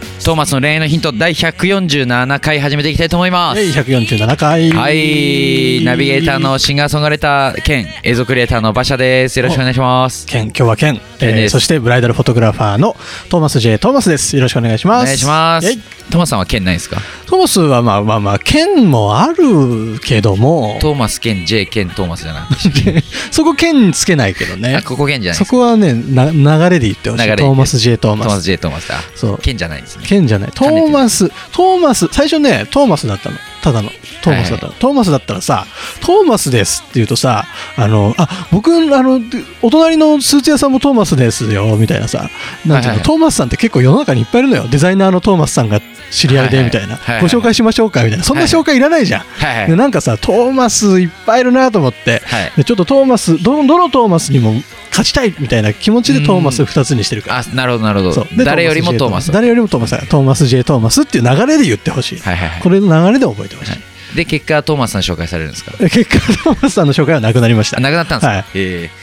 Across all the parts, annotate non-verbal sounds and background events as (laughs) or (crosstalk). トーマスの恋愛のヒント第147回始めていきたいと思います、えい、147回。はいナビゲーター。のシンガーソングライター兼映像クリエイターの馬車ですよろしくお願いしますケン、今日はケン。ケンえでー、すそしてブライダルフォトグラファーのトーマス J. トーマスです。よろしくお願いしおます。願いしますえいトーマスさんは兼ないですかトーマスはまあまあまあ、ケンもあるけども、トーマス兼 J 兼トーマスじゃなくてそこケンつけないけどねあ。ここ兼じゃないでそすこはね、な流れで言ってほし流れい。でトーマス J. トートーママスス。 J トーマスだそう。兼じゃないですねケンじゃない。ト兼ねてるーマス、トーマス、最初ね、トーマスだったの。ただの。トーマスだったの。トーマスだったらさ、トーマスですって言うとさ、あの、あ、僕、あの、お隣のスーツ屋さんもトーマスですよ、みたいなさ、なんていうの、はいはいトーマスさんって結構世の中にいっぱいいるのよ。デザイナーのトーマスさんが知り合いで、はいはいみたいな、はいはいご紹介しましょうか、みたいな。そんな紹介いらないじゃん。はいではいなんかさ、トーマスいっぱいいるなと思って、はいでちょっとトーマスどの、どのトーマスにも勝ちたいみたいな気持ちでトーマス2つにしてるから。あなるほどなるほそどうで誰よりもトーマス誰よりもトーマスだトーマス J トーマスっていう流れで言ってほしい、はいはいはこれの流れで覚えてほしい、いで結果トーマスさん紹介されるんですか結果トーマスさんの紹介はなくなりましあたなくなったんですか、はいええ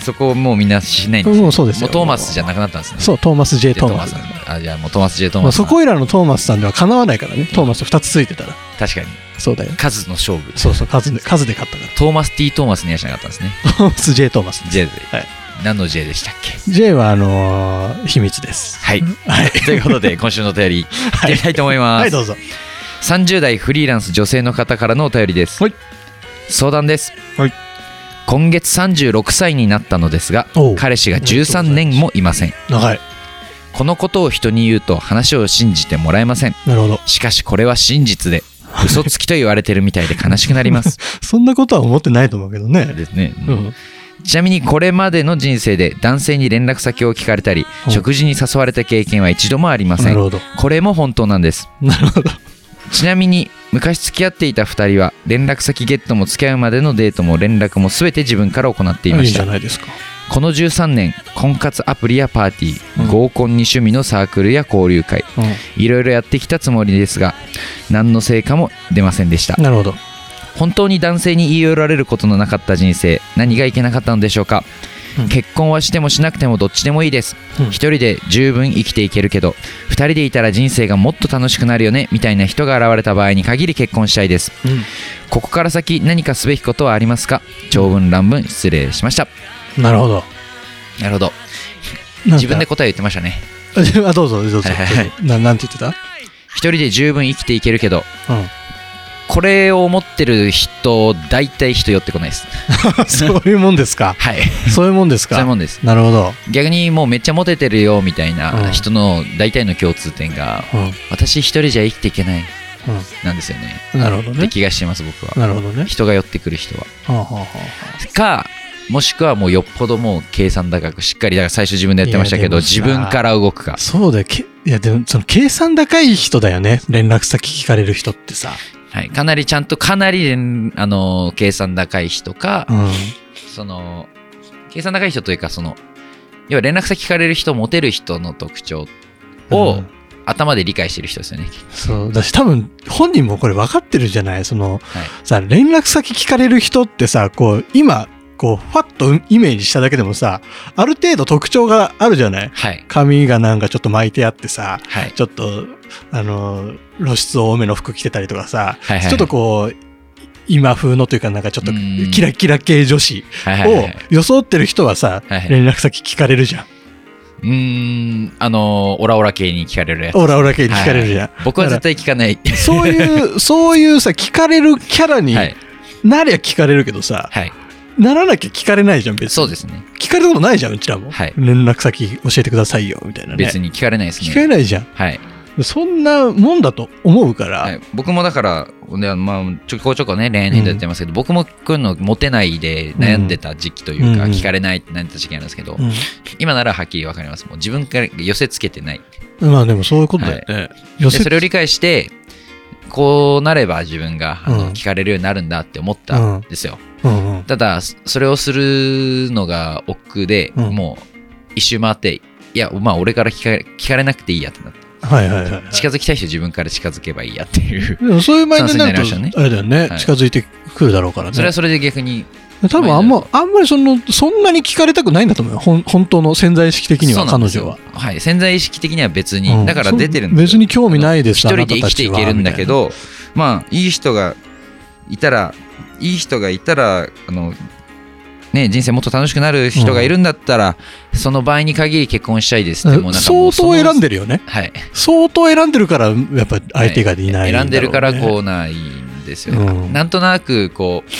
そこもうみんなしないんですねもうそうですよもうトーマスじゃなくなったんですね。そうトーマス J じゃあトーマストーマスあ、じゃあもうトーマス J トーもマうスさそん。こいらのトーマスさんではかなわないからねトーマス2つついてたら確かに。そうだよ数の勝負。そうそう数で数で勝ったかトーマス T トーマスにはしなかったんですね。らトーマス J トーマス J で。はい何の J でしたっけ J はあのー秘密ですはい。は (laughs) いということで、今週のお便り、いってみたいと思います。はいどうぞ30代フリーランス女性の方からのお便りです。はい相談です。はい今月36歳になったのですがおう、彼氏が13年もいません。長いこのことを人に言うと話を信じてもらえません。なるほどしかしこれは真実で嘘つきと言われてるみたいで悲しくなります (laughs) そんなことは思ってないと思うけどねですね、うんちなみにこれまでの人生で男性に連絡先を聞かれたりほう食事に誘われた経験は一度もありませなるんほどこれも本当なんですなるほどちなみに昔付き合っていた2人は連絡先ゲットも付き合うまでのデートも連絡も全て自分から行っていまいいしじたゃないですかこの13年婚活アプリやパーティー、うん合コンに趣味のサークルや交流会ういろいろやってきたつもりですが何の成果も出ませんでしたんなるほど本当に男性に言い寄られることのなかった人生何がいけなかったのでしょうか、うん結婚はしてもしなくてもどっちでもいいです、うん一人で十分生きていけるけど二人でいたら人生がもっと楽しくなるよねみたいな人が現れた場合に限り結婚したいですここから先何かすべきことはありますか長文乱文失礼しましたなるほどなるほどなんか自分で答え言ってましたねあどうぞどうぞ、はいはいはななんて言ってた、一人で十分生きていけるけどうこれを思ってる人大体人寄ってこないですん、そういうもんですかはいそういうもんでそすういうかもんですなるほど、逆にもうめっちゃモテてるよみたいうんな人の大体の共通点がう私一人じゃ生きていけないんなんですよねうん、なるほどってね気がしてます僕はなるほどね人が寄ってくる人ははあはあはかもしくはもうよっぽどもう計算高くしっかりだから最初自分でやってましたけどいやでもさ自分から動くあかそうだよけいやでもその計算高い人だよね連絡先聞かれる人ってさ、はいかなりちゃんとかなり連あのー計算高い人かうん、その計算高い人というかその要は連絡先聞かれる人モテる人の特徴を、うん頭で理解してる人ですよねそうだし多分本人もこれ分かってるじゃないその、はいさ連絡先聞かれる人ってさこう今こうファッとイメージしただけでもさある程度特徴があるじゃないはい髪がなんかちょっと巻いてあってさはいちょっと、あの、露出多めの服着てたりとかさ、はいはいちょっとこう、今風のというかなんかちょっとうんキラキラ系女子はいはいはいをはい装ってる人はさ、はいはい連絡先聞かれるじゃん。うーん、あのー、オラオラ系に聞かれるやつ。オラオラ系に聞かれるじゃん。僕は絶対聞かない。そう (laughs) いう、そういうさ、聞かれるキャラにはい。なりゃ聞かれるけどさ、はい。ならなきゃ聞かれないじゃん、別に。そうですね。聞かれたことないじゃん、うちらも。はい連絡先教えてくださいよ、みたいなね。別に聞かれないです聞かれね。ないじゃん。はい。そんなもんだと思うから、はい、僕もだから、ねまあ、ちょこちょこね、恋愛の人やってますけど、僕もこういうのモテないで悩んでた時期というか、うん聞かれないってなってた時期なんですけど、うん今ならはっきりわかります。もう自分から寄せつけてない。まあでもそういうことだよね。寄でせそれを理解して、こうなれば自分があうんの聞かれるようになるんだって思ったんですよ。うんうんただそそれをするのが億劫で、うんもう一周回っていやまあ俺から聞か聞かれなくていいやってなってはいはいはいはい。近づきたい人自分から近づけばいいやっていうでもそういうマインドになるとそうそうなりまし、あれだよねは、い近づいてくるだろうからそれねは。それで逆に多分あんま、あんまりその、そんなに聞かれたくないんだと思うよ。ほん本当の潜在意識的にそうは、なんで彼すよ女は。はい潜在意識的には別に、うんだから出てるんそうです別よに興味ないです、一あ人なたで生たきてちいはけるんだけ。どまあいい人がいたらいい人がいたらあのね、人生もっと楽しくなる人がいるんだったら、その場合に限り結婚したいですみったていもうななんかも相う当選んででるよね。はい相当選んでるから、やっぱ相手がいないんだろうね。選んでるからこうないんですよ、うんなんとなくこう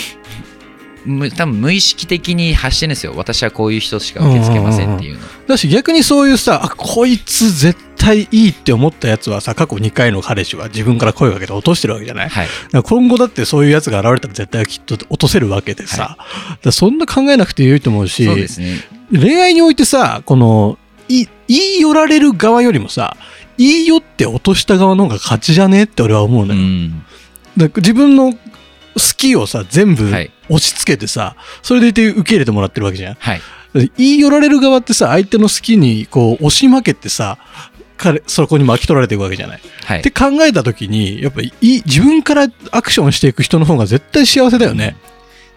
む多分無意識的に発してるんですよ私はこういう人しか受け付けませんっていうの、だし逆にそういうさ、あ、こいつ絶対いいって思ったやつはさ、過去2回の彼氏は自分から声をかけて落としてるわけじゃないはいだから今後だってそういうやつが現れたら絶対きっと落とせるわけでさ、だからそんな考えなくていいと思うしそうですね恋愛においてさこのい言い寄られる側よりもさ言い寄って落とした側の方が勝ちじゃねって俺は思ううのよ、んだから自分の好きをさ全部はい押し付けてさ、それでいて受け入れてもらってるわけじゃんはいだって言い寄られる側ってさ相手の好きにこう押し負けてさ彼そこに巻き取られていくわけじゃないはいって考えた時にやっぱいい自分からアクションしていく人の方が絶対幸せだよね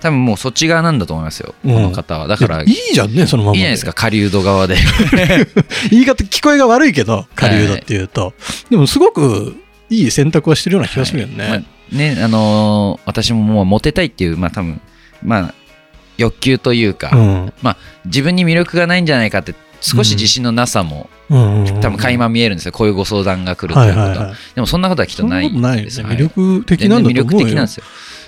多分もうそっち側なんだと思いますよ、うんこの方はだからいやいいじゃんねそのまいまいじゃないですか狩人側で言い方聞こえが悪いけど狩人っていうと、でもすごくいい選択をしてるような気がするよね、まあねあのー私ももうモテたいっていうまあ多分まあ欲求というか、うん自分に魅力がないんじゃないかって少し自信のなさも、うんうんうん多分垣間見えるんですよこういうご相談が来るとはいいうことはは,、いはいでもそんなことはきっそとんなないことないよねです魅力的なんだ全と然魅力思うよ的なんですよ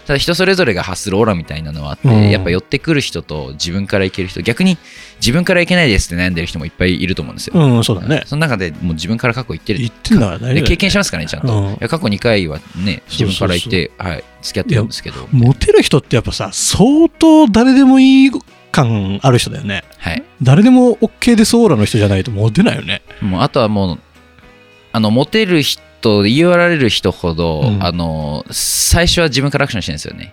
ただ人それぞれが発するオーラみたいなのはあって、うんやっぱ寄ってくる人と自分からいける人逆に自分からいけないですって悩んでる人もいっぱいいると思うんですよ、うんそうだねその中でもう自分から過去行ってる言ってんだからでね経験してますからねちゃんと、うんいや過去2回はね自分から行ってはい、付き合ってるんですけどモテる人ってやっぱさ相当誰でもいい感ある人だよねはい誰でも OK ですオーラの人じゃないとモテないよねもうあとはもうあのモテる人言い寄られる人ほど、うんあの最初は自分からアクションしてるんですよね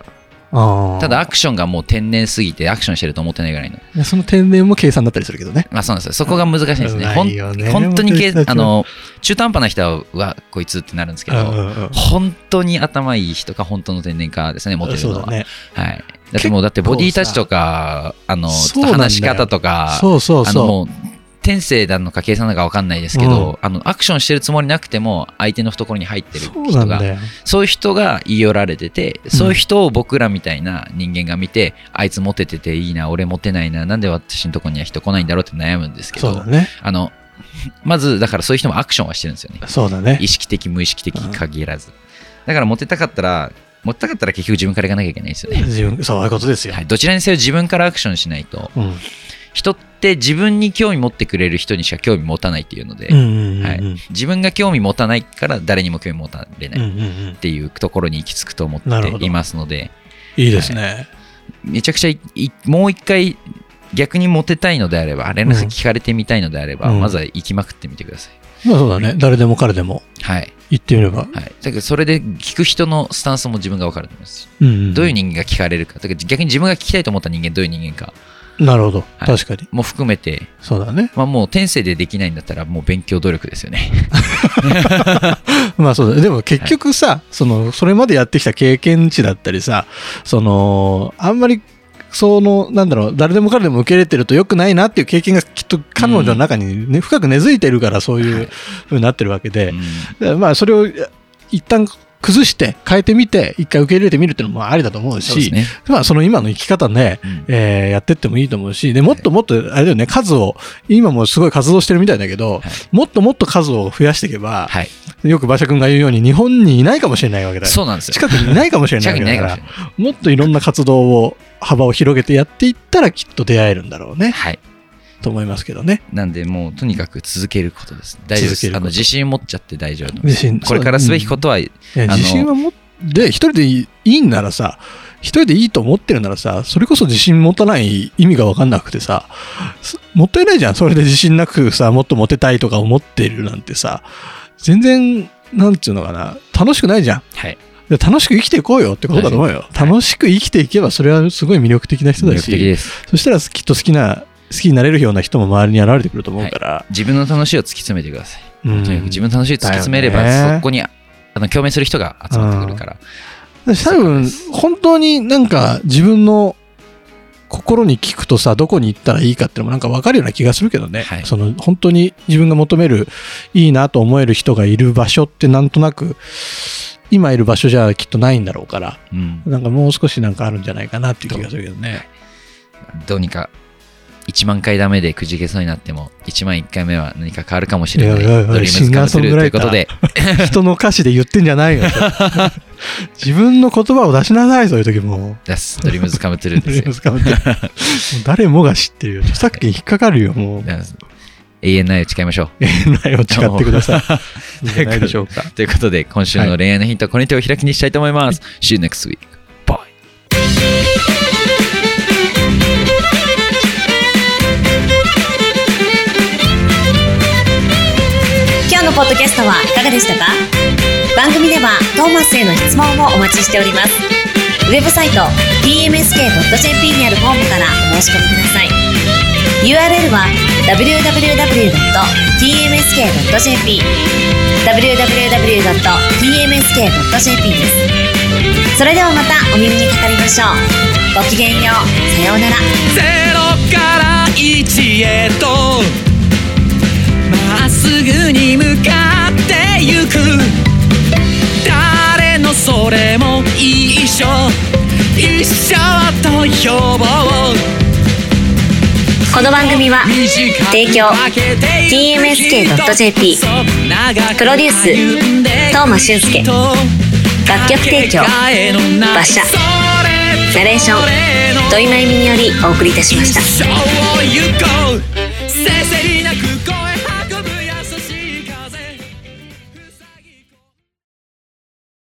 たただアクションがもう天然すぎてアクションしてると思ってないぐらいのいやその天然も計算だったりするけどね。まあそうなんですよそこが難しいんですねうほんまいよね本当にけ本当にあの中途半端な人はこいつってなるんですけうんどうんうん本当に頭いい人か本当の天然かですねモテるそのうはだね。はい、だってもうだってボディタッチとかあのそうなんだよ話し方とかそうそうあのそもう天性なのか計算なのか分かんないですけど、あのアクションしてるつもりなくても相手の懐に入ってう。るそうな人んがそういだよ。う人が言い寄られててそういう人を僕らみたいな人間が見て、あいつモテてていいな俺モテないななんで私のとこには人来ないんだろうって悩むんですけそうどだね。あの (laughs) まずだからそういう人もアクションはしてるんですよねそうだね意。識的無意識的に限らずだからモテたかったらモテたかったら結局自分から行かなきゃいけないですよね、自分そういうことですよは。い、どちらにせよ自分からアクションしないとうん。人って自分に興味持ってくれる人にしか興味持たないっていうので、うんうんうんうん。ははいい。うん自分が興味持たないから誰にも興味持たれなうんういっん。ていうところに行き着くと思っなるてほどいますので、いいですね。めちゃくちゃいいもう一回逆にモテたいのであれば連絡先聞かれてみたいのであれば、うんまずは行きまくってみてください。まあそうだね。誰でも彼でもはい言ってみれば。はい、だからそれで聞く人のスタンスも自分が分かると思いますうんうん。どういう人間が聞かれるかだから逆に自分が聞きたいと思った人間どういう人間かなるほど。はい確かに。も含めて、そうだね。まあ、もう天性でできないんだったらもう勉強努力ですよね。まあそうだね。でも結局さ、その、それまでやってきた経験値だったりさ、その、あんまり、その、なんだろう、誰でも彼でも受け入れてると良くないなっていう経験がきっと彼女の中にね、深く根付いてるからそういはういふうになってるわけで、うんだからまあそれをいや一旦崩して変えてみて一回受け入れてみるっていうのもありだと思うそうでしすね、まあその今の生き方ね、うんえーやってってもいいと思うしでもっともっとあれだよね数を今もすごい活動してるみたいだけはど、いもっともっと数を増やしていけば、はい、よく馬車君が言うように日本にいないかもしれないわけだよそうなんですよ。近くにいないかもしれな近いわくけにないかだかもしられない。もっといろんな活動を幅を広げてやっていったらきっと出会えるんだろうねはい。と思いますけどねなんで、もうとにかく続けることです。大丈夫で続けるす。こあとの自信持っちゃって大丈夫だと思い自信ます。これからすべきことは、いやあの自信は持って一人でいいいいんならさ一人でいいと思ってるならさそれこそ自信持たない意味が分かんなくてさすもったいないじゃんそれで自信なくさもっとモテたいとか思ってるなんてさ全然なんていうのかな楽しくないじゃん。はい。で楽しく生きていこうよってことだと思うよ。楽しく生きていけば、それはすごい魅力的な人魅だ力的し、です。そしたらきっと好きな、好きになれるような人も周りに現れてくると思うから、自分の楽しいを突き詰めてください。うとにかく自分の楽しいを突き詰めれば、だよねそこにあの共鳴する人が集まってくるから。多分本当になんか自分の心に聞くとさどこに行ったらいいかっていうのもなんか分かるような気がするけどね、はいその本当に自分が求めるいいなと思える人がいる場所ってなんとなく今いる場所じゃきっとないんだろうからうん。なんかもう少しなんかあるんじゃないかなっていう気がするけどねどうにか1万回ダメでくじけそうになっても1万1回目は何か変わるかもしれないいドやいやいやリームシスンカガームすソンるグとラいイうタこーとで人の歌詞で言ってんじゃ (laughs) ないよ自分の言葉を出しなさいそういう時も出すドリームスカムトゥルーとでり (laughs) あえすず頑張ってもう誰もが知ってる著作権引っかかるよもうよ永遠の愛を誓いましょう内容誓ってくださ (laughs) い。いいんじゃないでしょうか。 (laughs) ということで今週の恋愛のヒントはこれに手を開きにしたいと思います、See you next week Bye 「今日のポッドキャストはいかがでしたか番組ではトーマスへの質問もお待ちしておりますウェブサイト tmsk.jp にあるフォームからお申し込みください URL は www.tmsk.jp www.tmsk.jp ですそれではまたお耳にかかりましょうごきげんようさようならゼロから一へとまっすぐに向かってゆく誰のそれも一緒一緒と呼ぼうこの番組は提供 TMSK.jp プロデュース東間俊介楽曲提供馬車ナレーション土井真由美によりお送りいたしました一生を行こう